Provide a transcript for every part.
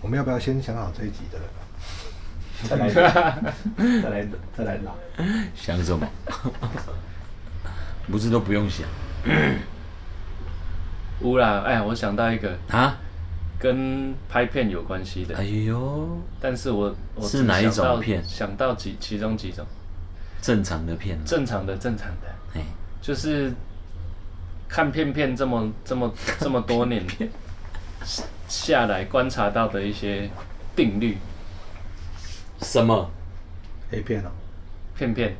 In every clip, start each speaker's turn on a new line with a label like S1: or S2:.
S1: 我们要不要先想好这一集的？
S2: 再 来一个，再来一个，再来一个。
S3: 想什么？不是都不用想
S4: 乌啦，哎，我想到一个
S3: 啊？
S4: 跟拍片有关系的
S3: 哎，呦，
S4: 但是我我
S3: 是
S4: 只
S3: 哪一
S4: 想到
S3: 种片
S4: 想到几其中几种
S3: 正常的片啊，
S4: 正常的正常的，
S3: 哎，
S4: 就是看片片这么这 么这么多年下下来观察到的一些定律，
S3: 什么
S1: A 片哦，
S4: 片片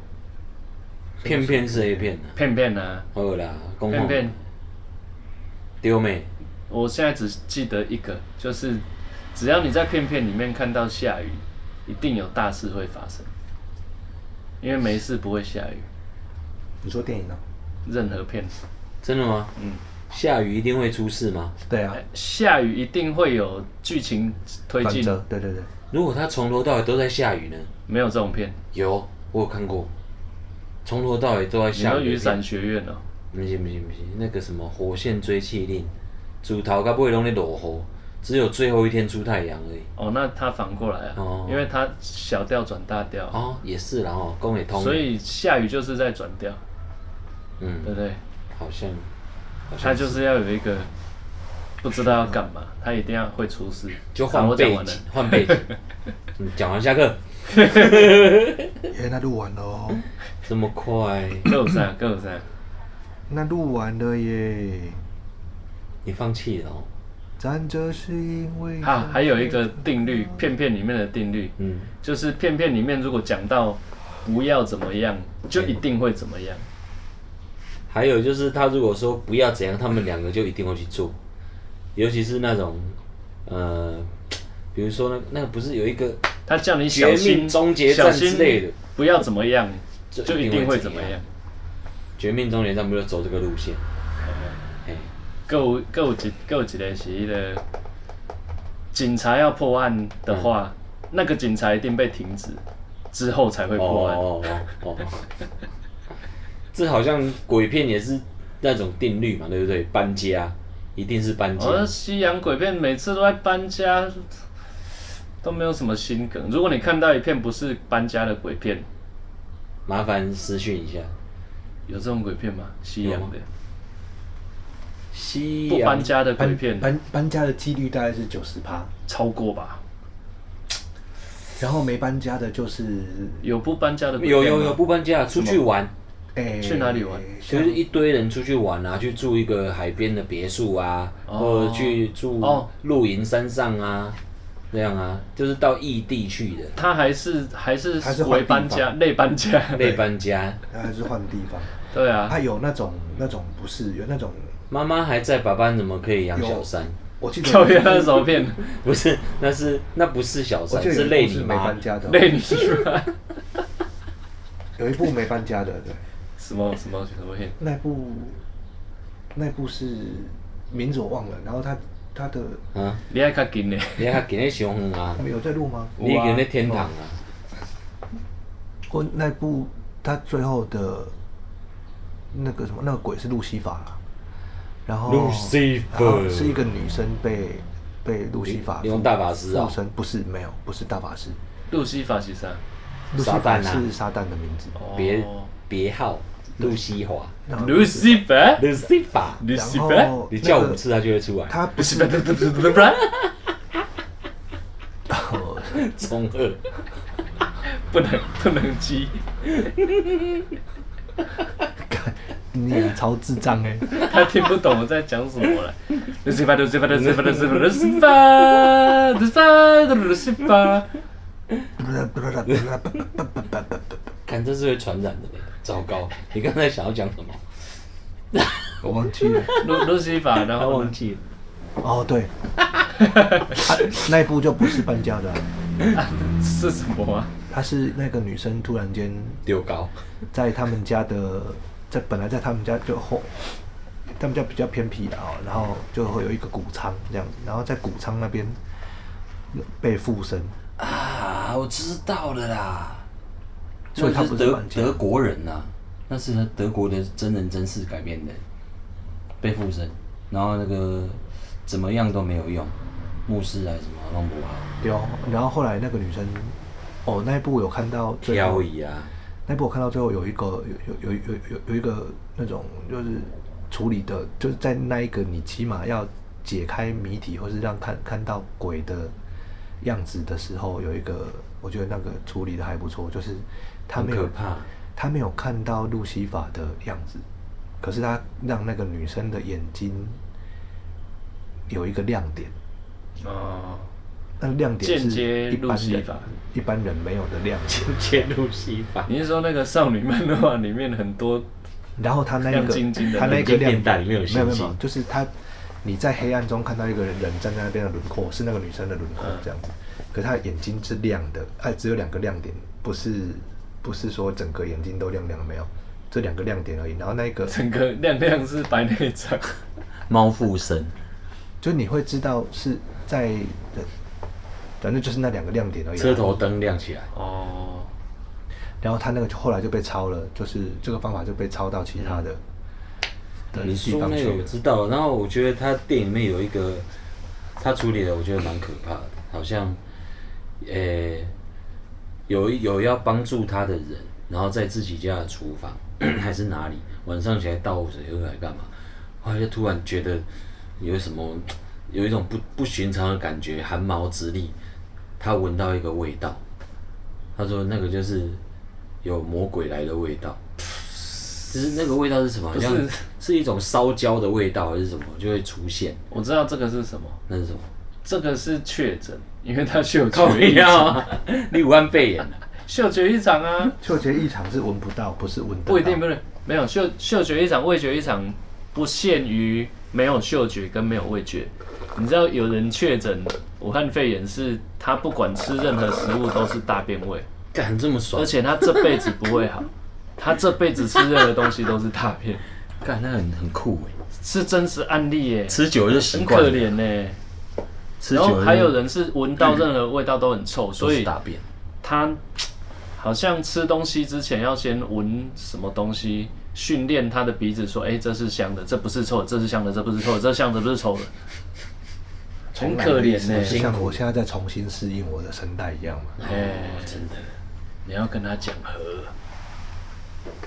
S3: 片片是 A 片啊？
S4: 片片啊，
S3: 好啦，公
S4: 片
S3: 公
S4: 片，
S3: 丢妹，
S4: 我现在只记得一个，就是只要你在片片里面看到下雨，一定有大事会发生，因为没事不会下雨，
S1: 你说电影哦？
S4: 任何片。
S3: 真的吗？
S4: 嗯
S3: 下雨一定会出事吗？
S1: 对啊，
S4: 呃下雨一定会有剧情推
S1: 反
S4: 进，
S1: 折，对对对，
S3: 如果他从头到尾都在下雨呢？
S4: 没有这种片。
S3: 有，我有看过，从头到尾都在
S4: 你
S3: 下
S4: 说雨
S3: 雨的片。
S4: 伞学院哦、
S3: 不行不行不行，那个什么《火线追气令》，主头到尾拢在落雨，只有最后一天出太阳而已。
S4: 哦，那他反过来啊，
S3: 哦
S4: 因为他小调转大调啊，
S3: 哦，也是啦哦，公也通。
S4: 所，以下雨就是在转调，
S3: 嗯
S4: 对，不对？
S3: 好像，
S4: 他
S3: 好像
S4: 就是要有一个不知道要干嘛，他一定要会出事。
S3: 就
S4: 好
S3: 换
S4: 我讲
S3: 背
S4: 完了
S3: 景，，换 背景。你讲完下课，
S1: 耶，那录完了哦，
S3: 这么快？
S4: 各有三，各有三。
S1: 那录完了耶。
S3: 你放弃了哦？
S1: 站着是因为
S4: 啊，还有一个定律，片片里面的定律，
S3: 嗯，
S4: 就是片片里面如果讲到不要怎么样，就一定会怎么样。
S3: 还有就是，他如果说不要怎样，他们两个就一定会去做，尤其是那种，呃，比如说那那个不是有一个
S4: 他叫你
S3: 绝
S4: 小
S3: 命
S4: 心
S3: 终结
S4: 小
S3: 战
S4: 心
S3: 之类的，
S4: 不要怎么样，
S3: 就
S4: 就
S3: 一
S4: 一定
S3: 定会
S4: 会
S3: 怎
S4: 怎
S3: 么
S4: 么
S3: 样
S4: 样。
S3: 绝命终结战，不就走这个路线？
S4: 哦
S3: 哎，
S4: 各有各有一各有一个是迄个警察要破案的话，
S3: 嗯
S4: 那个警察一定被停止，之后才会
S3: 哦
S4: 破案。
S3: 哦哦哦，哦 这好像鬼片也是那种定律嘛，对不对？搬家一定是搬家，
S4: 我说哦西洋鬼片每次都在搬家，都没有什么新梗。如果你看到一片不是搬家的鬼片，
S3: 麻烦私讯一下。
S4: 有这种鬼片吗？西洋的
S3: 哦西
S4: 不搬
S3: 洋
S4: 家的鬼
S1: 搬
S4: 片
S1: 搬搬家的几率大概是九十趴，
S4: 超过吧？
S1: 然后没搬家的就是
S4: 有不搬家的鬼片
S3: 有
S4: 吗
S3: 有有不搬家，出去玩。
S1: 哎、
S4: 去哪里玩
S3: 就
S1: 像
S3: 是一堆人出去玩啊，去住一个海边的别墅啊，
S4: 哦
S3: 或者去住
S4: 哦
S3: 露营山上啊，这样啊，就是到异地去的，
S4: 他还是还是
S1: 还是换
S4: 为
S1: 地方
S4: 搬家类搬家，
S3: 被搬家。
S1: 还是换地方。
S4: 对啊。
S1: 啊，有那种那种不是有那种，
S3: 妈妈还在，爸爸怎么可以养小三？
S1: 我记得
S4: 跳跃那是什么片？
S3: 不是，那是那不是小
S1: 我
S3: 三，
S1: 记得
S3: 是
S1: 有
S3: 累
S1: 一
S3: 你
S1: 部是没
S3: 妈
S1: 搬。家的，哦
S4: 累你吧？
S1: 有一部没搬家的，对，
S4: 什么什么什么片？
S1: 那部那部是名字我忘了，然后他他的
S3: 啊，
S4: 你爱较近嘞？
S3: 你还给那熊远啊
S1: 我，们有在录吗？
S3: 你给那天堂啊，
S1: 我那部他最后的那个什么，那个鬼是路西法啦，然后
S3: Lucifer
S1: 然后是一个女生被被路西法
S3: 利用大法师啊
S1: 附身，不是没有，不是大法师，
S4: 路西法是啥？
S1: 路西
S3: 撒旦
S1: 法
S3: 啊
S1: 是撒旦的名字。
S4: 哦
S3: 别别号路西华，
S1: 然后
S4: 路西法，
S3: 路西法，
S4: 路
S1: 然
S4: 西法，
S1: 后
S3: 你
S1: 那
S3: 叫
S1: 个
S3: 五次他就会出来。
S1: 他不
S4: 不
S1: 是
S4: 是不不不不不，
S3: 中二，
S4: 不能不能激。
S1: 你很超智障哎、
S4: 他听不懂我在讲什么了。路西法，路西法，路西法，路西法，路西法，路西法，路西法。
S3: 看这是会传染的嘞，糟 糕！你刚才想要讲 什么？
S1: 我忘记了。
S4: 路路西法，然后呢
S3: 记了。
S1: 哦， 对，他那一部就不是搬家的啊、
S4: 是什么啊？
S1: 他是那个女生突然间
S3: 丢高，
S1: 在他们家的，在本来在他们家就后，他们家比较偏僻的哦，然后就会有一个谷仓这样子，然后在谷仓那边被附身，
S3: 啊，我知道了啦。
S1: 所以他
S3: 那
S1: 不
S3: 是
S1: 是
S3: 德
S1: 搬家
S3: 德国人呐、那是他德国的真人真事改编的，被附身，然后那个怎么样都没有用，牧师还是什么弄不好，
S1: 对哦。然后后来那个女生，哦，那一部我有看到最后
S3: 漂，移啊，
S1: 那一部我看到最后有一个有有有有有有一个那种就是处理的，就是在那一个你起码要解开谜题或是让看看到鬼的样子的时候，有一个我觉得那个处理的还不错，就是他
S3: 很
S1: 没有
S3: 可 怕。
S1: 他没有看到路西法的样子，可是他让那个女生的眼睛有一个亮点，
S4: 哦，
S1: 那个亮点
S4: 间
S1: 是
S4: 接
S1: 一般
S4: 路西
S1: 人
S4: 法
S1: 一般人没有的亮点。
S3: 切入戏法，
S4: 你是说那个少女漫画里面很多
S1: 然后他那一
S4: 亮
S1: 个
S4: 晶晶的
S1: 他那
S3: 眼
S1: 个
S3: 睛
S1: 亮
S3: 变大里面有
S1: 没
S3: 星
S1: 有没有没
S3: 星
S1: 有，就是他你在黑暗中看到一个人人站在那边的轮廓是那个女生的轮廓这样子，可是他眼睛是亮的，哎，只有两个亮点，不是不是说整个眼睛都亮亮的没有，这两个亮点而已。然后那个
S4: 整个亮亮是白内障，
S3: 猫附身，
S1: 就你会知道是在，呃反正就是那两个亮点而已啊。
S3: 车头灯亮起来，
S4: 哦，
S1: 然后他那个就后来就被抄了，就是这个方法就被抄到其他的、的
S3: 嗯你
S1: 地
S3: 说
S1: 方
S3: 那
S1: 去
S3: 个我
S1: 了。
S3: 知道，然后我觉得他电影里面有一个，他处理的我觉得蛮可怕的，好像，呃、有一有要帮助他的人，然后在自己家的厨房 还是哪里，晚上起来倒水又来干嘛，后来就突然觉得有什么有一种不不寻常的感觉，寒毛直立，他闻到一个味道，他说那个就是有魔鬼来的味道。就是那个味道是什么？好
S4: 不是
S3: 像是一种烧焦的味道还是什么，就会出现。
S4: 我知道这个是什么，
S3: 那是什么？
S4: 这个是确诊，因为他嗅
S3: 靠
S4: 觉异常，
S3: 啊！你武汉肺炎啊
S4: 嗅觉异常啊，
S1: 嗅觉异常是闻不到，不是闻得到。
S4: 不一定不是没有嗅嗅觉异常、味觉异常不限于没有嗅觉跟没有味觉。你知道有人确诊武汉肺炎是他不管吃任何食物都是大便味，
S3: 干这么爽
S4: 而，且他这辈子不会好，他这辈子吃任何东西都是大 便，
S3: 干那很很酷哎，
S4: 是真实案例耶，
S3: 吃久了就
S4: 欸很
S3: 习惯
S4: 可
S3: 了。
S4: 怜呢。
S3: 吃
S4: 然
S3: 久
S4: 后
S3: 了
S4: 还有人是闻到任何味道嗯都很臭，
S3: 都
S4: 所
S3: 是
S4: 以
S3: 大便，
S4: 他好像吃东西之前要先闻什么东西，训练他的鼻子说：“哎、这是香的，这不是臭的，这是香的，这不是臭的，这香的不是臭的。”很可怜欸呢、
S1: 就像我现在在重新适应我的声带一样嘛。
S4: 哎、
S3: 真的。
S4: 你要跟他讲和，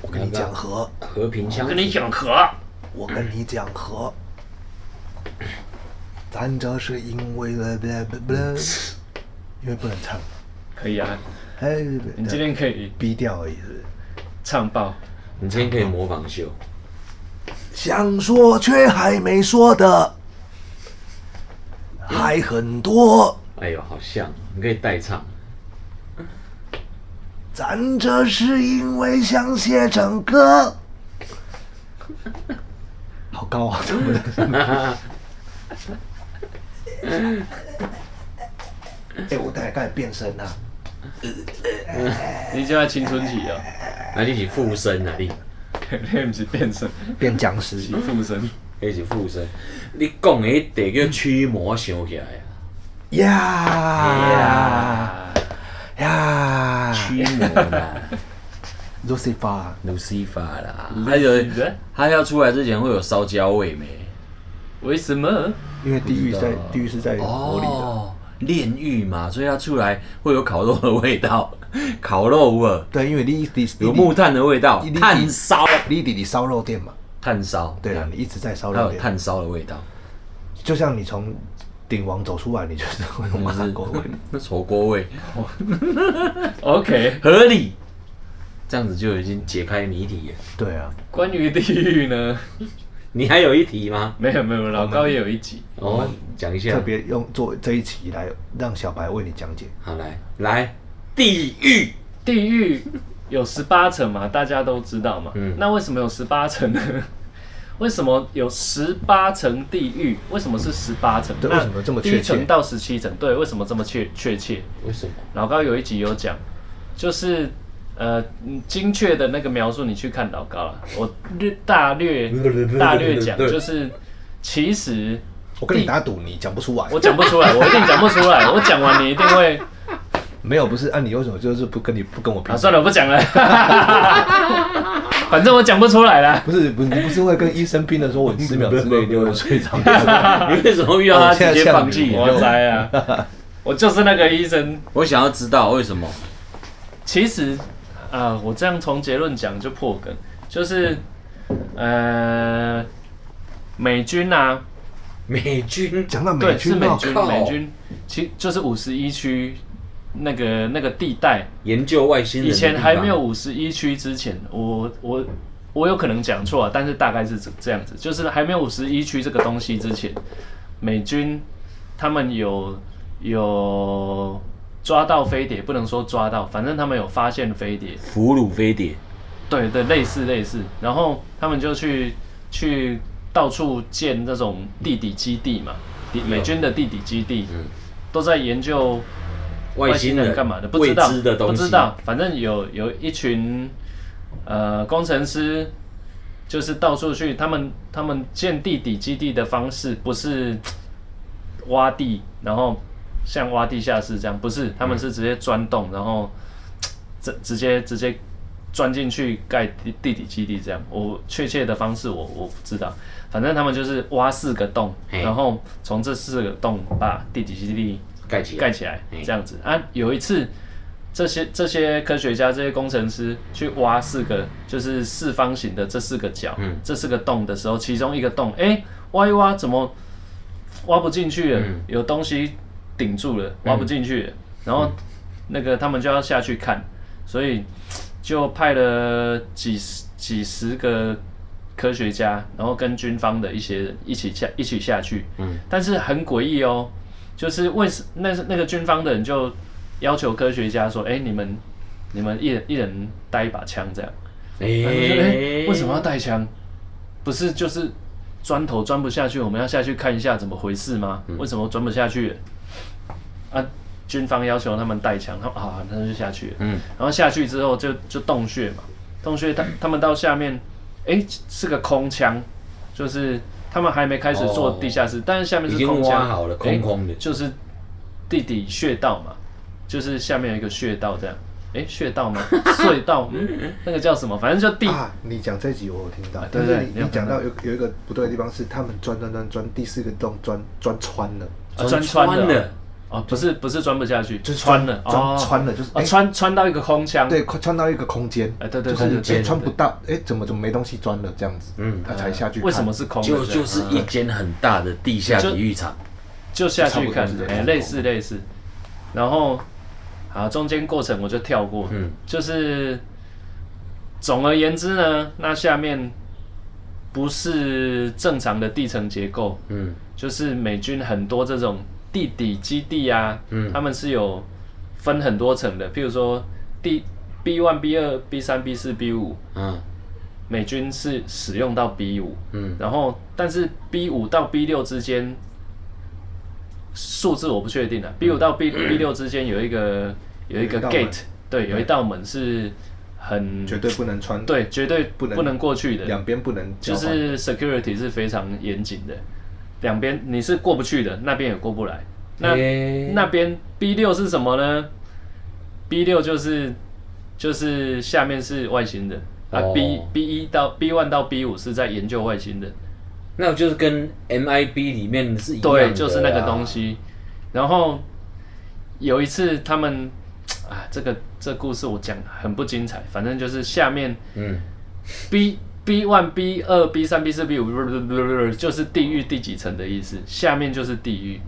S1: 我跟你讲和，
S3: 和平
S4: 我
S3: 相
S4: 跟你
S3: 处，
S4: 讲啊和，
S1: 我跟你讲 和，咱这是因为了不不不，因为不能唱，
S4: 可以啊。
S1: 哎，
S4: 你今天可以
S1: 低调而已，是不是？
S4: 唱爆，
S3: 你今天可以模仿秀，
S1: 想说却还没说的还很多，
S3: 哎呦，好像你可以代唱，
S1: 咱这是因为想写成歌。 好高 啊！这么哎、我大概开始变身啊啦、
S4: 你就在青春期哦，
S3: 来一起附身 啊你，
S4: 你不是变身，
S1: 变僵尸。
S4: 是附身。
S3: 一起附身。你讲的迄地叫驱魔想起来啊，
S1: 呀呀
S3: 驱魔啦。
S1: ，Lucifer，
S3: Lucifer 啦，还有他要出来之前会有烧焦味没？
S4: 为什么？
S1: 因为地狱在
S3: 不知道
S1: 地狱是在火里的，
S3: 哦，炼狱嘛，所以他出来会有烤肉的味道， 烤肉味，
S1: 对，因为你你
S3: 有木炭的味道
S1: 一，定
S3: 炭烧，
S1: 你弟弟烧肉店嘛，
S3: 炭烧，
S1: 对
S3: 啊
S1: 了，，你一直在烧
S3: 还
S1: 肉
S3: 有
S1: 店，
S3: 炭烧的味道，
S1: 就像你从鼎王走出来，你就是会有麻辣锅 味。
S3: 那是火锅味，
S4: OK，
S3: 合理，这样子就已经解开谜底了。
S1: 对啊，
S4: 关于地狱呢？
S3: 你还有一题吗？
S4: 没有没有，老高也有一集。
S3: 哦，讲一下
S1: 特，别用做这一期来让小白为你讲解。
S3: 好来来，地狱，
S4: 地狱有十八层嘛，大家都知道嘛。
S1: 嗯
S4: 那为什么有十八层呢？ 为什么有十八层地狱？为什么是十八层？
S1: 对
S4: 那
S1: 为什么这么
S4: 第
S1: 确
S4: 一
S1: 切
S4: 层到十七层，对，为什么这么确确切？
S3: 为什么？
S4: 老高有一集有讲，就是呃嗯精确的那个描述，你去看老高了。我略大 略大略讲，就是其实
S1: 我跟你打赌，你讲不出来
S4: 我。讲不出来，我一定讲不出来。我讲完你一定会啊
S1: 没有，不是，按、啊、你为什么就是不跟你不跟我拼？
S4: 啊，算了，我不讲了。 反正我讲不出来啦。
S1: 不是不是不是会跟医生拼的说，我十秒之内一定 会睡着。
S3: 你为什么遇到他直接放弃？
S1: 哦
S4: 我栽啊！ 我就是那个医生。
S3: 我想要知道为什么。
S4: 其实，啊，我这样从结论讲就破梗，就是，呃，美军啊，
S3: 美 军
S1: 讲到美
S4: 对，是
S1: 军
S4: 美
S1: 哦，
S4: 军，
S3: 靠
S4: 美军，其就是五十一区那个那个地带，
S3: 研究外星人
S4: 以
S3: 的地方，
S4: 前还没有五十一区之前，我我我有可能讲错啊，但是大概是这这样子，就是还没有五十一区这个东西之前，美军他们有有抓到飞碟，不能说抓到，反正他们有发现飞碟，
S3: 俘虏飞碟，
S4: 对对，类似类似，然后他们就去去到处建那种地底基地嘛，地美军的地底基地，
S3: 嗯
S4: 都在研究
S3: 外
S4: 星
S3: 星人
S4: 干嘛的？不
S3: 未
S4: 知道
S3: 知的东西，
S4: 不知道。反正有有一群呃工程师，就是到处去，他们他们建地底基地的方式不是呃挖地，然后像挖地下室这样，不是，他们是直接钻洞，然后直直接直接钻进去盖地地底基地这样。我确切的方式我我不知道，反正他们就是挖四个洞，
S3: 嘿
S4: 然后从这四个洞把地底基地
S3: 盖起
S4: 盖
S3: 来，
S4: 起来
S3: 嗯，
S4: 这样子啊。有一次，这些这些科学家、这些工程师去挖四个，就是四方形的这四个角，
S3: 嗯
S4: 这四个洞的时候，其中一个洞，哎、挖一挖怎么挖不进去了？
S3: 嗯
S4: 有东西顶住了，挖不进去了然
S3: 嗯
S4: 后那个他们就要下去看，所以就派了几十几十个科学家，然后跟军方的一些人一起下一起下去。
S3: 嗯，
S4: 但是很诡异哦，就是为什那那个军方的人就要求科学家说：“哎、你们你们一人一人带一把枪这样。”
S3: 哎、
S4: 然后就说：“哎、为什么要带枪？不是就是砖头钻不下去，我们要下去看一下怎么回事吗？
S3: 嗯
S4: 为什么钻不下去？”啊，军方要求他们带枪，他们啊，那就下去了。
S3: 嗯，
S4: 然后下去之后就就洞穴嘛，洞穴他他们到下面，哎、是个空枪，就是他们还没开始做地下室，但是下面
S3: 哦已
S4: 是
S3: 经
S4: 空
S3: 挖
S4: 枪，
S3: 好了，
S4: 诶
S3: 空空的，
S4: 就是地底穴道嘛，就是下面有一个穴道这样。哎、穴道 吗？隧道？嗯，那个叫什么？反正就地
S1: 啊，你讲这集我有听到
S4: 啊，
S1: 但
S4: 对
S1: 是
S4: 对
S1: 你
S4: 你有
S1: 你讲
S4: 看到
S1: 到有有一个不对的地方是他们钻钻钻钻第四个洞钻钻穿了，
S4: 啊钻穿
S3: 穿
S4: 了
S3: 了。
S4: 哦，不是不是钻不下去，
S1: 就是
S4: 穿了，
S1: 钻
S4: 哦
S1: 穿了就是
S4: 哦
S1: 诶
S4: 穿穿到一个空腔，
S1: 对，快穿到一个空间，
S4: 哎对对
S1: 就
S4: 对对
S1: 空间
S4: 对
S1: 穿不到，哎，怎么怎么没东西钻了这样子，
S3: 嗯
S1: 他才下去看，
S4: 为什么是空的这
S3: 就
S4: 样？
S3: 就是一间很大的地下体育场，
S4: 就下去看
S1: 差不多是，这
S4: 哎、
S1: 样
S4: 类似类似。然后，好，中间过程我就跳过。
S3: 嗯，
S4: 就是总而言之呢，那下面不是正常的地层结构，
S3: 嗯，
S4: 就是美军很多这种地底基地啊，
S3: 嗯
S4: 他们是有分很多层的，譬如说第 B one、B 二、B 三、B 四、B 五，
S3: 嗯
S4: 美军是使用到 B 五，
S3: 嗯
S4: 然后但是 B 五到 B 六之间数字我不确定了、B 五到 B B 六之间有一个有一个
S1: 嗯有一道门
S4: gate，对，有一道门是很
S1: 绝对不能穿，，
S4: 对绝对
S1: 不能
S4: 不能过去的，
S1: 两边不能交
S4: 就
S1: 换，
S4: 是 security 是非常严谨的，两边你是过不去的，那边也过不来。那、
S3: 诶
S4: 那边 B 六是什么呢？B 六就是就是下面是外星人。啊、
S3: 哦
S4: b B 一到 B one 到 B 五是在研究外星人，
S3: 那就是跟 MIB 里面是一样的啊啦
S4: 对，就是那个东，西。然后有一次他们啊，这个这故事我讲很不精彩，反正就是下面
S3: 嗯，
S4: B B one B 二 B 三 B 四 B 五，就是地狱第几层的意思，下面就是地狱。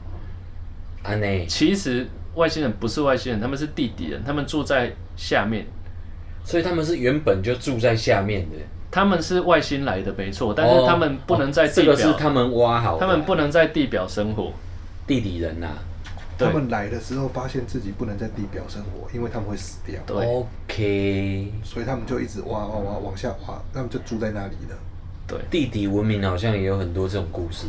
S3: 安内，
S4: 其实外星人不是外星人，他们是地底人，他们住在下面，
S3: 所以他们是原本就住在下面的，
S4: 他们是外星来的没错，但是他们不能在
S3: 哦这
S4: 地
S3: 个
S4: 表，
S3: 是他们挖好的，
S4: 他们不能在地表生活。
S3: 地底人呐、
S4: 对
S1: 他
S3: 哦
S1: 们来的时候发现自己不能在地表生活，因为他们会死掉，
S4: 对
S3: OK，
S1: 所以他们就一直挖挖挖往下挖，他们就住在那里了。
S4: 对，
S3: 地底文明好像也有很多这种故事，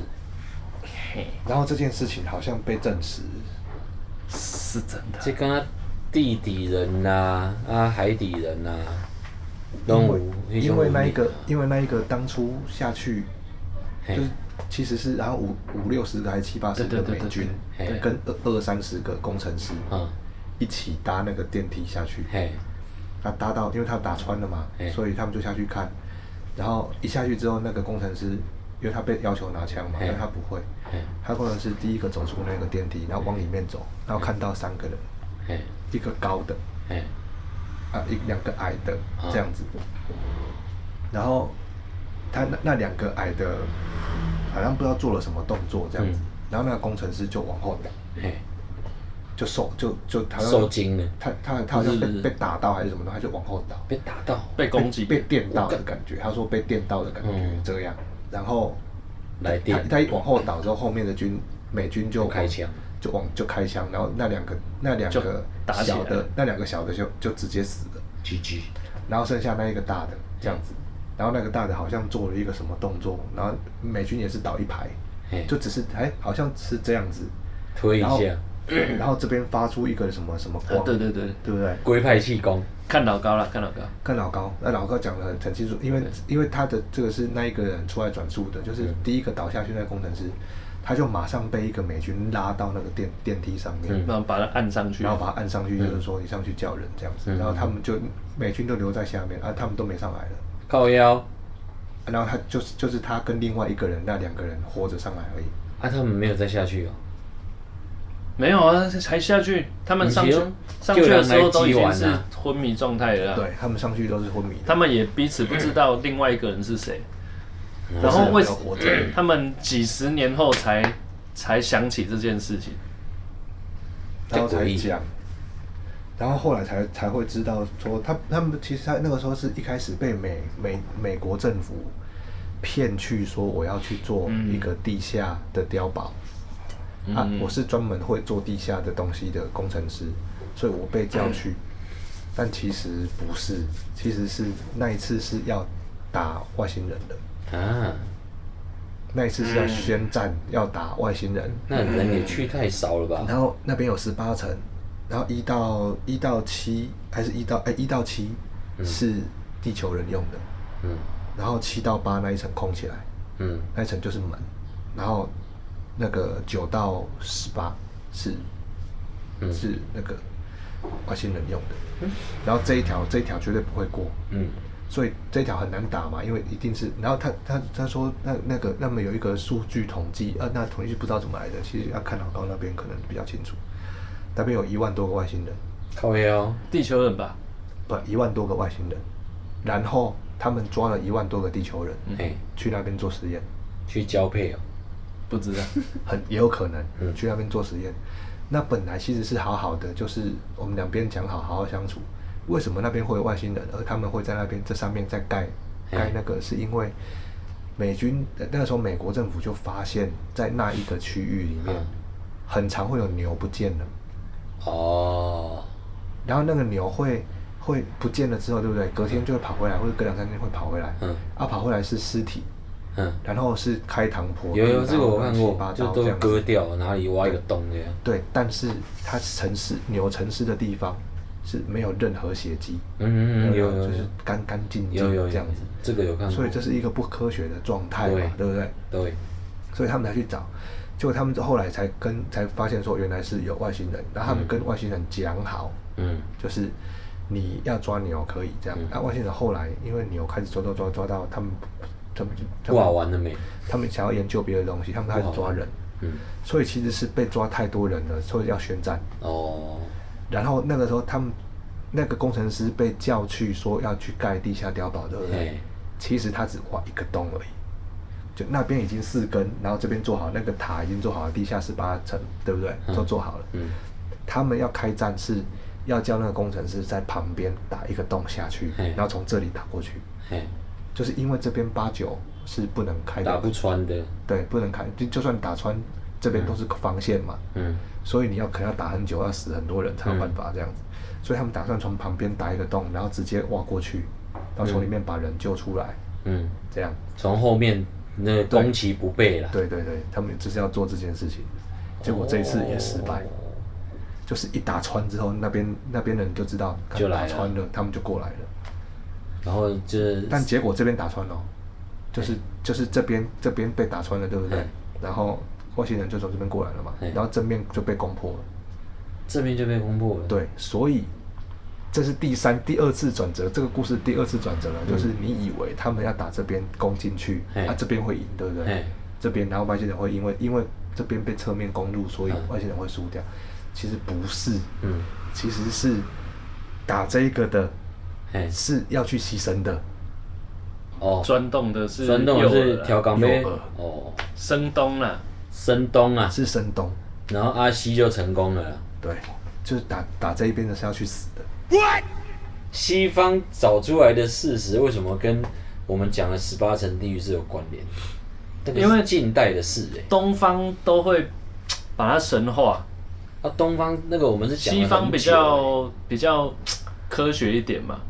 S1: 然后这件事情好像被证实，
S4: 是真的。
S3: 这跟地底人呐、啊，海底人呐、啊，都
S1: 因
S3: 有
S1: 为
S3: 那
S1: 因为那
S3: 种文
S1: 一
S3: 明
S1: 个
S3: 啊
S1: 因为那一个当初下去
S3: 嘿
S1: 就是其实是然后五五六十个还是七八十
S4: 对
S1: 个
S4: 对对
S1: 美
S4: 对
S1: 军
S3: 对对
S1: 跟二二三十个工程师
S3: 嗯，
S1: 一起搭那个电梯下去，
S3: 嘿，
S1: 他搭到，因为他打穿了嘛，
S3: 哎
S1: 所以他们就下去看。然后一下去之后，那个工程师，因为他被要求拿枪嘛，
S3: 哎
S1: 但他不会
S3: 哎，
S1: 他工程师第一个走出那个电梯，然后往里面走，然后看到三个人，
S3: 哎
S1: 一个高的，
S3: 哎
S1: 啊，一两个矮的
S3: 啊
S1: 这样子。然后他那那两个矮的，好像不知道做了什么动作这样子，
S3: 嗯
S1: 然后那个工程师就往后倒，
S3: 哎，
S1: 就手就就他
S3: 受惊了，
S1: 他他他好像
S4: 不是
S1: 被
S4: 不是
S1: 被打到还是什么的，他就往后倒，
S3: 被打到，
S4: 被攻
S3: 哦
S4: 击，
S1: 被电到的感觉。他说被电到的感觉
S3: 嗯
S1: 这样，然后
S3: 来
S1: 他
S3: 电，
S1: 他一往后倒之后，后面的军美军就
S3: 开枪，
S1: 就往就开枪，然后那两个那两
S4: 就
S1: 个
S4: 打起
S1: 小
S4: 来
S1: 的
S4: 了
S1: 那两个小的就就直接死了。
S3: GG，
S1: 然后剩下那一个大的这样子，
S4: 嗯
S1: 然后那个大的好像做了一个什么动作，然后美军也是倒一排，
S3: 哎，
S1: 就只是哎好像是这样子，
S3: 推一
S1: 然后
S3: 下，
S1: 然后这边发出一个什么什么
S4: 啊
S1: 光，
S4: 对对对，
S1: 对不对？
S3: 龟派气功，
S4: 看老高了，看老高，
S1: 跟老高，那老高讲的很清楚，因为因为他的这个是那一个人出来转述的，就是第一个倒下去那个工程师，他就马上被一个美军拉到那个电电梯上面，
S3: 嗯
S4: 然后把他按上去，
S1: 然后把他按上去，就是说你上去叫人这样子，
S3: 嗯
S1: 然后他们就美军就留在下面，啊，他们都没上来了。
S3: 靠腰，
S1: 然后他就是就是他跟另外一个人，那两个人活着上来而已。
S3: 啊，他们没有再下去哦，
S4: 没有啊，还下去，他们上去
S3: 不行
S4: 上去的时候都已
S3: 就
S4: 经
S3: 人来击
S4: 是
S3: 完了
S4: 昏迷状态了啊，
S1: 对他们上去都是昏迷的，
S4: 他们也彼此不知道另外一个人是谁，
S1: 或
S4: 然后
S1: 是
S4: 为
S1: 没有活着。
S4: 他们几十年后才才想起这件事情，
S1: 然后
S3: 在
S1: 才
S3: 诡异
S1: 讲，然后后来才才会知道说他他们其实他那个时候是一开始被美美美国政府骗去说我要去做一个地下的碉堡、啊，我是专门会做地下的东西的工程师，所以我被叫去，但其实不是，其实是那一次是要打外星人的，
S3: 啊，
S1: 那一次是要宣战、要打外星人，
S3: 那人也去太少了吧？
S1: 嗯然后那边有十八层，然后一到一到七还是一到哎一到七是地球人用的，
S3: 嗯
S1: 然后七到八那一层空起来，
S3: 嗯，
S1: 那一层就是门，然后那个九到十八是、
S3: 嗯
S1: 是那个外星人用的，然后这一条这一条绝对不会过，
S3: 嗯，
S1: 所以这条很难打嘛，因为一定是。然后他他他说那那个那么有一个数据统计啊，那统计不知道怎么来的，其实要看老高那边可能比较清楚。那边有一万多个外星人，
S3: 靠腰，
S4: 地球人吧，
S1: 不一万多个外星人，然后他们抓了一万多个地球人、
S3: 哎，
S1: 去那边做实验，
S3: 去交配哦，
S4: 不知道，
S1: 很也有可能、
S3: 嗯
S1: 去那边做实验。那本来其实是好好的，就是我们两边讲好，好好相处。为什么那边会有外星人，而他们会在那边这上面再盖
S3: 嘿
S1: 盖那个？是因为美军呃那个时候美国政府就发现，在那一个区域里面
S3: 嗯，
S1: 很常会有牛不见了，
S3: 哦，
S1: 然后那个牛会会不见了之后，对不对？隔天就会跑回来，或者隔两三天会跑回来。
S3: 嗯
S1: 啊，跑回来是尸体，
S3: 嗯，
S1: 然后是开膛破肚，
S3: 有有
S1: 然后
S3: 这个我看
S1: 乱七八
S3: 过，
S1: 糟
S3: 就
S1: 这
S3: 都
S1: 样子
S3: 割掉，哪里挖一个洞这样，
S1: 对，但是它城市牛城市的地方是没有任何血迹，
S3: 嗯嗯
S1: 对
S3: 嗯，
S1: 吧啊
S3: 有有
S1: 就是
S3: 有
S1: 干干净净
S3: 有有
S1: 这样子，，
S3: 这个有看过，
S1: 所以这是一个不科学的状态嘛，
S3: 对
S1: 对不对？
S3: 对，
S1: 所以他们才去找，结果他们后来才跟才发现说原来是有外星人，然后他们跟外星人讲好，
S3: 嗯
S1: 就是你要抓牛可以这样，那、外星人后来因为牛开始抓抓抓抓到他们，他们就他
S3: 挂
S1: 们
S3: 完了没？
S1: 他们想要研究别的东西，他们开始抓人，
S3: 嗯，
S1: 所以其实是被抓太多人了，所以要宣战。
S3: 哦，
S1: 然后那个时候他们那个工程师被叫去说要去盖地下碉堡，对不对
S3: 嘿？
S1: 其实他只挖一个洞而已，就那边已经四根，然后这边做好那个塔已经做好了，地下十八层，对不对？都做好了。
S3: 嗯，
S1: 他们要开战是要叫那个工程师在旁边打一个洞下去，
S3: 嘿
S1: 然后从这里打过去，
S3: 嘿，
S1: 就是因为这边八九是不能开的，
S3: 打不嗯穿的，
S1: 对，不能开，就就算打穿这边都是防线嘛。
S3: 嗯
S1: 所以你要可能要打很久，要死很多人才有办法这样子。所以他们打算从旁边打一个洞，然后直接挖过去，然后从里面把人救出来，
S3: 嗯，
S1: 这样。
S3: 从后面那个攻其不备啦，
S1: 对对对，他们就是要做这件事情，结果这一次也失败，就是一打穿之后，那边那边人就知道
S3: 就来
S1: 打
S3: 了
S1: 穿了，他们就过来了。
S3: 然后就是
S1: 但结果这边打穿了哦，就是就是这边这边被打穿了，对不对
S3: 嗯？
S1: 然后外星人就从这边过来了嘛
S3: 嗯，
S1: 然后正面就被攻破了。
S3: 这边就被攻破了，
S1: 对，所以这是第三、第二次转折，这个故事第二次转折了，就是你以为他们要打这边攻进去，
S3: 嘿
S1: 啊，这边会赢，对不对
S3: 嘿？
S1: 这边，然后外星人会因为因为这边被侧面攻入，所以
S3: 嗯
S1: 外星人会输掉。其实不是，
S3: 嗯，
S1: 其实是打这个的
S3: 嘿，
S1: 是要去牺牲的，
S3: 哦，
S4: 钻洞的是
S3: 酸洞是调
S4: 调
S3: 岗杯
S1: 诱饵
S3: 哦，
S4: 生东啦，
S3: 深东啊，
S1: 是深冬，
S3: 然后阿西就成功了啦。
S1: 对，就是打打这一边的是要去死的。
S3: 西方找出来的事实为什么跟我们讲的十八层地狱是有关联？那个是
S4: 因为
S3: 近代的事哎、
S4: 东方都会把它神化，
S3: 啊，东方那个我们是讲了
S4: 西方
S3: 很
S4: 比
S3: 久欸
S4: 较比较科学一点嘛，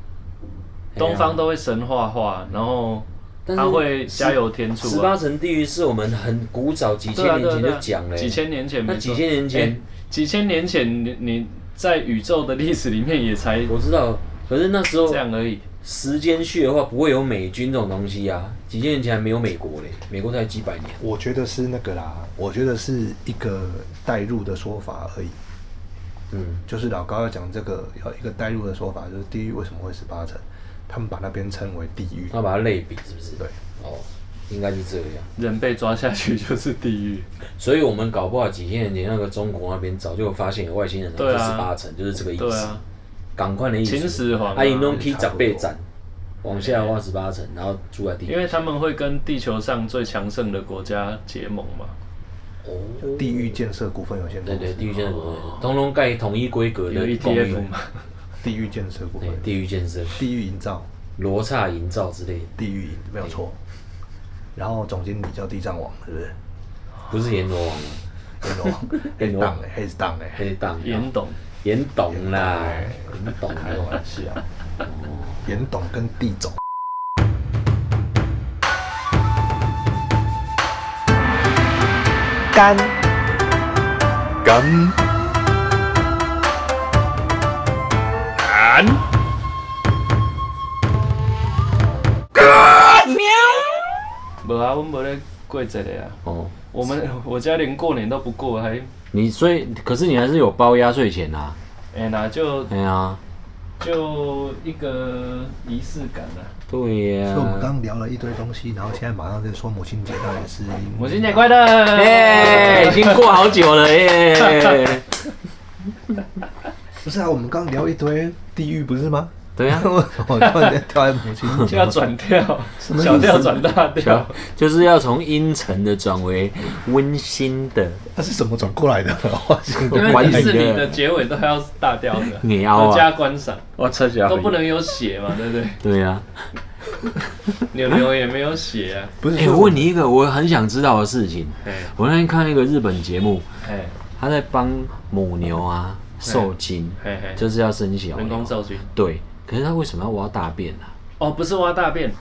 S4: 东方都会神化化，然后
S3: 哎但是
S4: 它会加油添醋、啊。
S3: 十八层地狱是我们很古早几千
S4: 对啊
S3: 年
S4: 对啊
S3: 前
S4: 对
S3: 就
S4: 啊
S3: 讲了、欸
S4: 几千年前没错，
S3: 那几千年前
S4: 哎几千年前你你在宇宙的历史里面也才
S3: 我知道，可是那时候
S4: 这样而已。
S3: 时间序的话，不会有美军这种东西啊。几千年前还没有美国嘞，美国才几百年。
S1: 我觉得是那个啦，我觉得是一个代入的说法而已。
S3: 嗯，
S1: 就是老高要讲这个，要一个代入的说法，就是地狱为什么会十八层？他们把那边称为地狱。
S3: 要把它类比是不是？
S1: 对，
S3: 哦，应该是这样。
S4: 人被抓下去 就是地狱，
S3: 所以我们搞不好几千年前那个中国那边早就有发现有外星人，
S4: 对啊
S3: 十八层就是这个意
S4: 对
S3: 思
S4: 啊。，
S3: 赶快的意思。
S4: 秦始皇啊
S3: 啊，引弄 K
S1: 差
S3: 长
S1: 不多
S3: 辈斩，往下挖十八层，然后住在地
S4: 因
S3: 狱。
S4: 为他们会跟地球上最强盛的国家结盟嘛。
S3: 哦，
S1: 地狱建设股份有限公
S3: 对
S1: 司，
S3: 对，地狱建设公司，通通盖统一啊规格
S4: 有
S3: 的公寓
S4: ETF，嘛？
S1: 地狱建设股份
S3: 对，，地狱建设、
S1: 地狱营造，
S3: 罗刹营造之类的，
S1: 地狱营没有错。然后总经理叫地藏王，是 不是？
S3: 不是阎罗王啊，
S1: 黑龙王，黑党哎，黑党哎，
S3: 黑档
S4: 严董，
S3: 严董啦，严董
S1: 开
S3: 啦，
S1: 玩笑。严董跟地总，干干。
S4: 无啊，阮无咧过节的啊。
S3: 哦，
S4: 我们我家连过年都不过，还
S3: 你所以可是你还是有包压岁钱啊，
S4: 哎那就
S3: 哎呀，
S4: 就一个仪式感啊。
S3: 对呀
S1: 所以我们刚刚聊了一堆东西，然后现在马上就说母亲节到底是
S4: 母亲节快乐！
S3: 哎， 已经过好久了耶，
S1: 不是啊？我们刚聊一堆地狱不是吗？
S3: 对 啊呀，
S1: 我突然间跳在母亲
S4: 就
S1: 节
S4: 要，转调，
S1: 么意思
S4: 小调转大调。
S3: 就是要从阴沉的转为温馨的
S1: 它是怎么转过来的？我现
S4: 因
S1: 在
S4: 为迪士尼的结尾都要大调的，
S3: 你要啊
S4: 合家观赏
S3: 我撤下
S4: 都不能有血嘛，对不对？
S3: 对啊呀、
S4: 牛牛也没有血啊，
S1: 不是
S3: 哎、我问你一个我很想知道的事情。
S4: 哎
S3: 我那天看一个日本节目，
S4: 哎
S3: 他在帮母牛啊受精，
S4: 哎哎，
S3: 就是要生小
S4: 人工
S3: 牛。
S4: 受精
S3: 对，可是他为什么要挖大便啊？
S4: 哦，不是挖大便，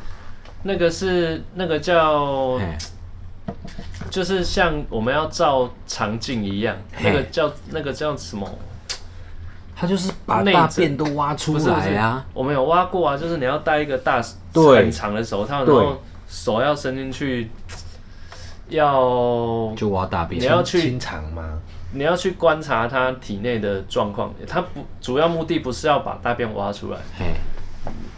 S4: 那个是那个叫，
S3: 哎、
S4: 就是像我们要照肠镜一样，
S3: 嘿
S4: 那个叫那个叫什么？
S3: 他就是把
S4: 内
S3: 大
S4: 诊
S3: 便都挖出
S4: 不是不
S3: 来
S4: 是
S3: 啊。，
S4: 我们有挖过啊，就是你要戴一个大
S3: 对
S4: 很长的手套，然后手要伸进去，要
S3: 就挖大
S4: 你
S3: 便，
S4: 要去
S1: 清肠吗？
S4: 你要去观察它体内的状况，它不主要目的不是要把大便挖出来，
S3: 哎，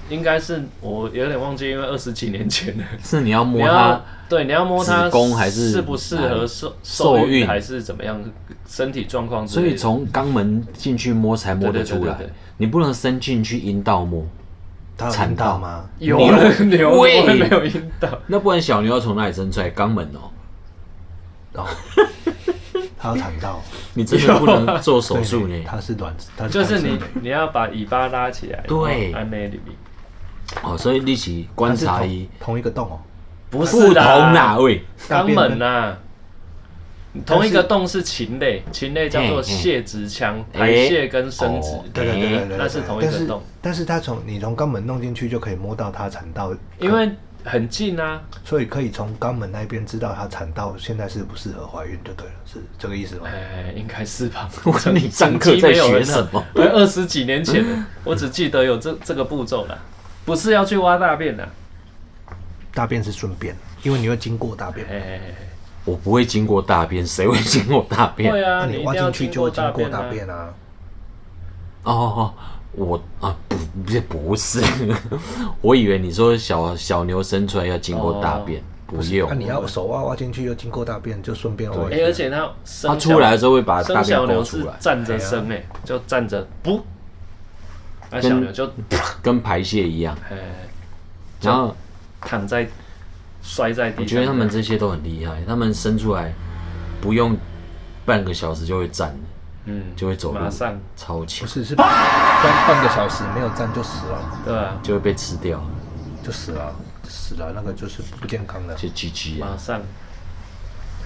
S4: 应该是我有点忘记，因为二十几年前了。
S3: 是你要
S4: 你
S3: 摸
S4: 要
S3: 它，
S4: 对你要摸它
S3: 子宫还是
S4: 适不适
S3: 哪里
S4: 合受
S3: 受
S4: 受
S3: 孕
S4: 孕还是怎么样，身体状况之
S3: 所
S4: 类
S3: 以
S4: 的。
S3: 从肛门进去摸才摸得出来，
S4: 对对对对对
S3: 你不能伸进去阴道摸，
S1: 他有
S3: 产
S1: 听到
S3: 道
S1: 吗？
S4: 有了牛我
S3: 喂
S4: 会没有阴道，
S3: 那不然小牛要从哪里生出来？肛门哦、
S1: 哦，他有产道，
S3: 你真的不能做手术
S1: 对
S3: 呢。
S1: 他是卵，他
S4: 就是
S1: 卵
S4: 你
S1: 生啊的
S4: 你要把尾巴拉起来，
S3: 对
S4: 安内里面
S3: 哦，所以一起观察一
S1: 它是同同一个洞哦，
S4: 不
S3: 不
S4: 是
S3: 同啦，
S4: 啦，
S3: 喂，
S1: 大
S4: 肛
S1: 便
S4: 门
S1: 跟
S4: 呐。同一个洞是禽类，禽类叫做
S3: 嘿嘿
S4: 泄殖腔，
S3: 哎
S4: 排泄跟生殖。
S3: 哦
S1: 对对对对对，
S4: 那哎是同一个洞
S1: 但是但是他从你从肛门弄进去就可以摸到他产道，
S4: 因为很近啊，
S1: 所以可以从肛门那边知道他产道现在适不适合怀孕就对了，是这个意思吗？
S4: 哎，应该是吧
S3: 。我说你上课在学什么
S4: 整集没有人了？二十几年前了，我只记得有这 这个步骤啦，不是要去挖大便的。
S1: 大便是顺便，因为你会经过大便，
S4: 哎，
S3: 我不会经过大便，谁会经过大便？
S4: 会啊，
S1: 那
S4: 你一
S1: 你
S4: 定
S1: 挖
S4: 要
S1: 进去
S4: 经
S1: 就会
S4: 过
S1: 经
S4: 大
S1: 过
S4: 便
S1: 大
S4: 啊。
S1: 便啊。
S3: 哦哦，我啊不不不是， 我以为你说小小牛生出来要经过大
S4: 哦
S3: 便，不用
S4: 啊
S1: 那、，啊你要手挖挖进去，又经过大便，就顺便挖
S4: 哎、
S1: 一下。
S4: 而且它生
S3: 它出来的时候会把
S4: 生
S3: 大
S4: 小
S3: 便
S4: 牛
S3: 勾
S4: 是
S3: 出来，
S4: 站着生哎、就站着不，那小牛就
S3: 跟排泄一样。
S4: 哎、
S3: 然后
S4: 躺在摔在地上。
S3: 我觉得他们这些都很厉害，他们生出来不用半个小时就会站了，
S4: 嗯
S3: 就会走路
S4: 马上，
S3: 超
S1: 不
S3: 强，
S1: 是是半半个小时没有站就死了，
S4: 对啊，
S3: 就会被吃掉，
S1: 就死了，死了那个就是不健康的。
S3: 就 GG 啊
S4: 马。上。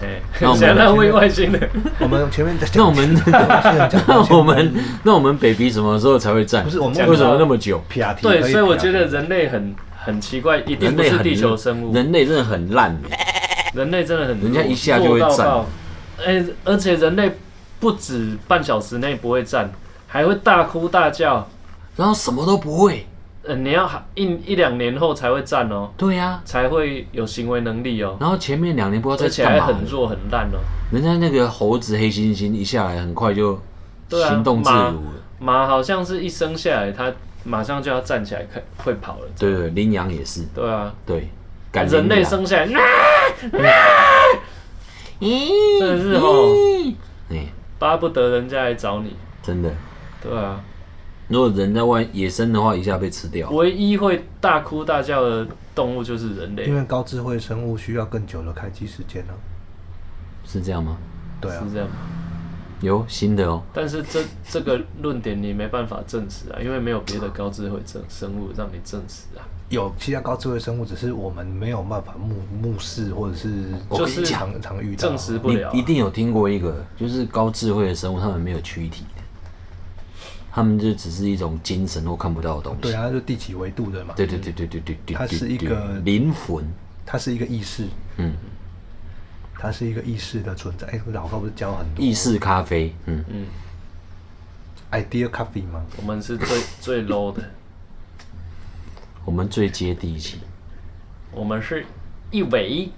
S4: 哎、
S3: 那我 们
S4: 想到喂外星人，
S1: 我们前面在
S3: 那
S1: 讲
S3: 我们那我们那我们 baby 什么时候才会站？
S1: 不是我们
S3: 为什
S4: 啊
S3: 么那么久？
S1: 皮亚提
S4: 对，
S1: 可以
S4: 所以
S1: 皮
S4: 我
S1: 亚
S4: 觉
S1: 提
S4: 得人类很很奇怪，一定
S3: 人
S4: 不
S3: 类
S4: 是
S3: 很
S4: 地球生物，
S3: 人类真的很烂欸，
S4: 人类真的很弱，
S3: 人家一下就会站
S4: 弱到爆。哎、而且人类不止半小时内不会站，还会大哭大叫。
S3: 然后什么都不会。
S4: 呃，你要一一两年后才会站哦，
S3: 对呀、
S4: 才会有行为能力哦，
S3: 然后前面两年不知道
S4: 而
S3: 在
S4: 且
S3: 干
S4: 还
S3: 嘛的，
S4: 很弱很烂哦。
S3: 人家那个猴子黑猩猩一下来，很快就
S4: 对啊
S3: 行动自如了。
S4: 马好像是一生下来，它马上就要站起来，可会跑了。
S3: 对对，羚羊也是，
S4: 对啊，
S3: 对，感
S4: 人类生下来，啊真
S3: 咦，
S4: 的是哦
S3: 咦，哎，
S4: 巴不得人家来找你。
S3: 真的，
S4: 对啊，
S3: 如果人在外野生的话，一下被吃掉。
S4: 唯一会大哭大叫的动物就是人类
S1: 因，为高智慧生物需要更久的开机时间呢、啊。
S3: 是这样吗？
S1: 对啊
S4: 是，这样吗。
S3: 有新的哦，
S4: 但是这这个论点你没办法证实啊，因为没有别的高智慧生生物让你证实啊。
S1: 有其他高智慧生物，只是我们没有办法目目视或者是
S4: 我跟你
S1: 就是
S4: 讲
S1: 常常遇到啊
S4: 证实不
S3: 你
S4: 了啊、
S3: 一定有听过一个，就是高智慧的生物，他们没有躯体的，他们就只是一种精神或看不到的东西。
S1: 对啊，它就第几维度的嘛，
S3: 对对对对对对对，
S1: 它是一个
S3: 灵魂，
S1: 它是一个意识，
S3: 嗯，
S1: 它是一个意识的存在。哎、老高不是教很多
S3: 意式咖啡，嗯，
S4: 嗯，
S1: idea coffee 吗？
S4: 我们是最最 low 的，
S3: 我们最接地气，
S4: 我们是一维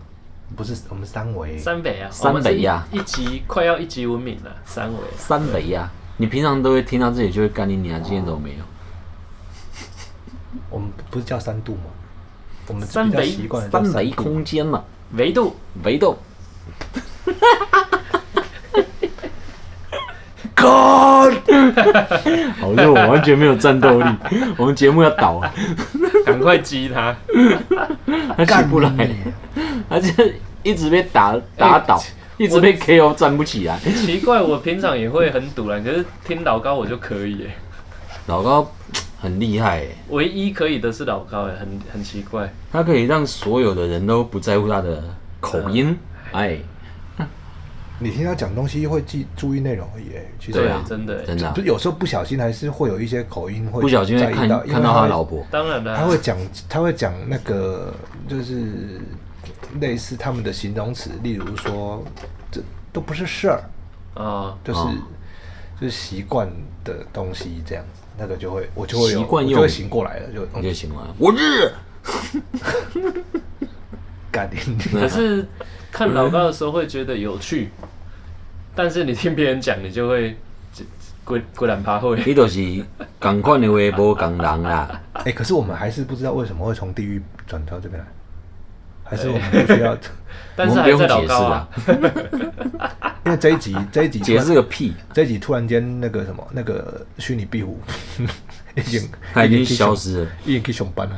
S1: 不是，我们三维。
S4: 三维啊，
S3: 三维啊
S4: 我们是一一级快要一级文明了，三维啊
S3: 三维呀、你平常都会听到这里就会干你娘，今天怎么没有？
S1: 我们不是叫三度吗？我们
S4: 三
S1: 比较
S4: 维
S1: 习惯的叫
S3: 三维
S1: 度
S3: 空间嘛，
S4: 维度，
S3: 维 度。God，好热，我完全没有战斗力，我们节目要倒了，
S4: 赶快激他，
S3: 他起不来，他就一直被打打倒，一直被 KO 站不起来。
S4: 奇怪，我平常也会很堵然，可是听老高我就可以耶、
S3: 老高很厉害耶，
S4: 唯一可以的是老高耶、很很奇怪，
S3: 他可以让所有的人都不在乎他的口音，哎，
S1: 你听他讲东西会记注意内容而已、哎其实
S3: 对啊，
S4: 真的耶
S3: 真的啊
S1: 欸就，有时候不小心还是会有一些口音会
S3: 不小心会
S1: 在意
S3: 看
S1: 到，因为
S3: 看到他老婆，
S4: 当然啦、
S1: 他会讲，他会讲那个，就是类似他们的形容词，例如说，这都不是事儿，
S4: 啊，
S1: 就是、
S3: 哦
S1: 就是习惯的东西这样子，那个就会我就会有
S3: 习惯
S1: 我
S3: 用
S1: 就会醒过来了，就
S3: 你
S1: 嗯
S3: 就行了。我日，
S1: 干点
S3: 嗯
S4: 可是看老高的时候会觉得有趣，但是你听别人讲，你就会鬼鬼然趴会。
S3: 你就是同款的话无同人啦，
S1: 哎、 可是我们还是不知道为什么会从地狱转到这边来，还是我们不需 要，
S4: 但
S3: 我
S4: 是
S3: 们不
S4: 还
S3: 用
S4: 在老
S3: 解释
S4: 高
S3: 啦
S4: 啊，，
S1: 因为这一集这一集突
S3: 解
S1: 然
S3: 释个屁，
S1: 这一集突然间那个什么那个虚拟壁虎 已经
S3: 他已经消，失了。
S1: 已经去上班了，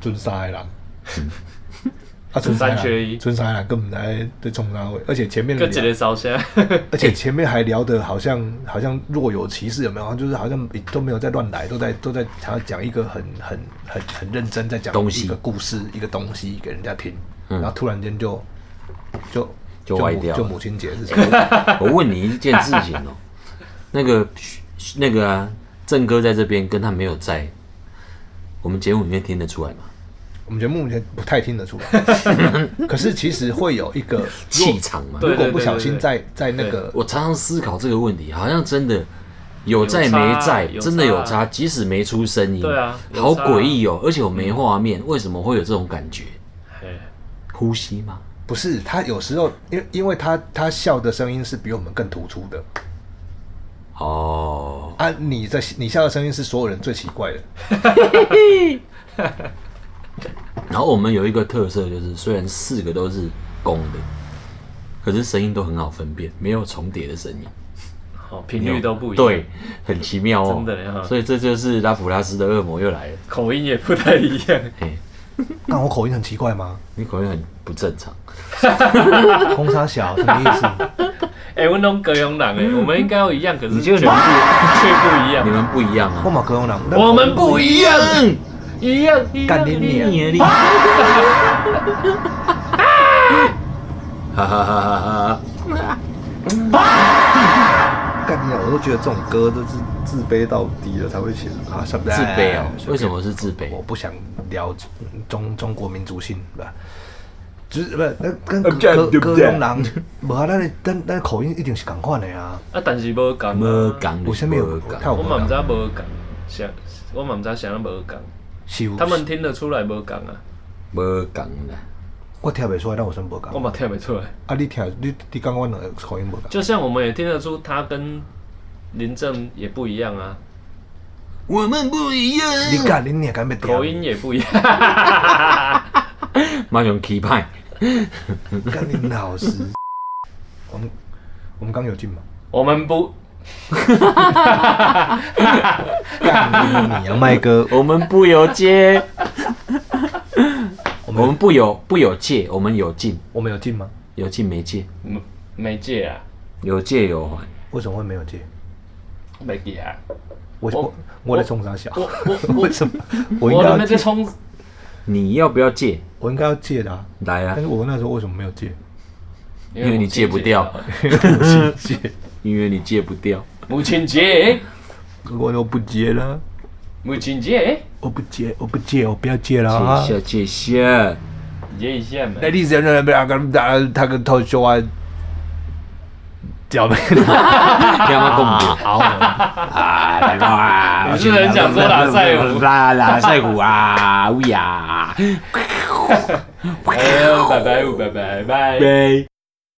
S1: 准三个人。
S3: 嗯
S1: 啊，
S4: 准三缺一
S1: 春三人根本在在冲啥位，而且前面
S3: 啊
S4: 跟姐
S1: 聊
S4: 姐烧 香，
S1: 而且前面还聊的好像好像若有其事，有没有？就是好像都没有在乱来，都在都在他讲一个很很很很认真在讲
S3: 东西嗯
S1: 一个故事一个东西给人家听，然后突然间就就
S3: 就歪掉了
S1: 就母亲节是什 么？
S3: 我问你一件事 情哦、那个那个啊，郑哥在这边跟他没有在，我们节目里面听得出来吗？
S1: 我们节目目前不太听得出来， 可是其实会有一个
S3: 气场嘛，
S4: 对
S1: 如果不小心在在那个
S3: 我常常思考这个问题，好像真的有在没在，
S4: 有差
S3: 真的有
S4: 有
S3: 差，
S4: 差
S3: 即使没出声音，
S4: 对啊有差嗯
S3: 好诡异哦，而且我没画面，为什么会有这种感觉？
S4: 嘿
S3: 呼吸吗？
S1: 不是他有时候，因因为他他笑的声音是比我们更突出的，
S3: 哦，
S1: 啊，你在你笑的声音是所有人最奇怪的。
S3: 然后我们有一个特色就是，虽然四个都是公的，可是声音都很好分辨，没有重叠的声音，
S4: 哦，频率都不一样，
S3: 对，，很奇妙哦。
S4: 真的啊耶哈
S3: 所以这就是拉普拉斯的恶魔又来了。
S4: 口音也不太一样。
S3: 嘿，
S1: 但我口音很奇怪吗？
S3: 你口音很不正常。
S1: 公差小什么意思？
S4: 哎、我弄葛永朗哎，我们应该要一样，可是
S3: 嗯你就
S4: 全部 却不一
S3: 你
S4: 样，
S3: 们嗯不一样
S1: 我
S3: 啊！
S1: 马格用朗，那
S4: 我们不一样，一样一样。
S1: 干你
S4: 一样
S1: 脸！
S3: 的！哈哈哈哈哈！
S1: 干你啊！我都觉得这种歌都是自卑到底了才会写啊，自
S3: 自卑哦，为什么是自卑
S1: 我？不想聊中中国民族性，对吧？就是不是那跟
S2: 不对
S1: 歌
S2: 对不
S1: 歌
S2: 对
S1: 中人，无啊，咱的咱咱的口音一定是同款的啊。
S4: 啊，但是无讲，
S3: 没，讲，
S1: 有什么有
S3: 没讲
S1: 看
S4: 我嘛毋知无讲，想我嘛毋知啥无讲，
S1: 是有
S4: 他们听得出来无讲啊，
S3: 没讲啦。
S1: 我听不出来，但我真无讲
S4: 我。嘛听袂出来。
S1: 啊，你听你你讲我两个口音无讲，
S4: 就像我们也听得出他跟林正也不一样啊，
S3: 我们不一样。
S1: 你干你也敢被
S4: 口音也不一样。
S3: 马上气派，
S1: 干你老师。 我们我们刚有进吗？
S4: 我们不，
S1: 干你啊，麦哥！
S3: 我们不有接，
S1: 我
S3: 我们
S1: 们
S3: 不有不有借，我们有进，
S1: 我们有进吗？
S3: 有进没借，
S4: 没没借啊，
S3: 有借有还。
S1: 为什么会没有进？
S4: 没借啊。
S1: 我我我在冲啥小？
S4: 我我我
S1: 为什么？我应
S4: 我
S1: 该
S4: 的
S1: 要
S4: 那在
S1: 借，
S4: 冲，
S3: 你要不要借？
S1: 我应该要借的啊。
S3: 来啊
S1: 但，是我那时候为什么没有借？
S3: 因为你借不掉，
S1: 我去借，
S3: 因为你借不掉。
S4: 母亲节，
S1: 我我不借了，
S4: 母亲节，
S1: 我不借，我不借，我不要借了啊！
S3: 借一下，借一下。
S4: 接一下嘛。
S1: 那你人人被阿甘打，他跟偷说啊，屌妹的，
S3: 听我讲不好 啊！来个啊！
S4: 你是不是很想说拉塞虎
S3: 拉拉塞虎啊！乌鸦。
S4: 哎呦，拜拜，拜拜拜。
S3: 拜。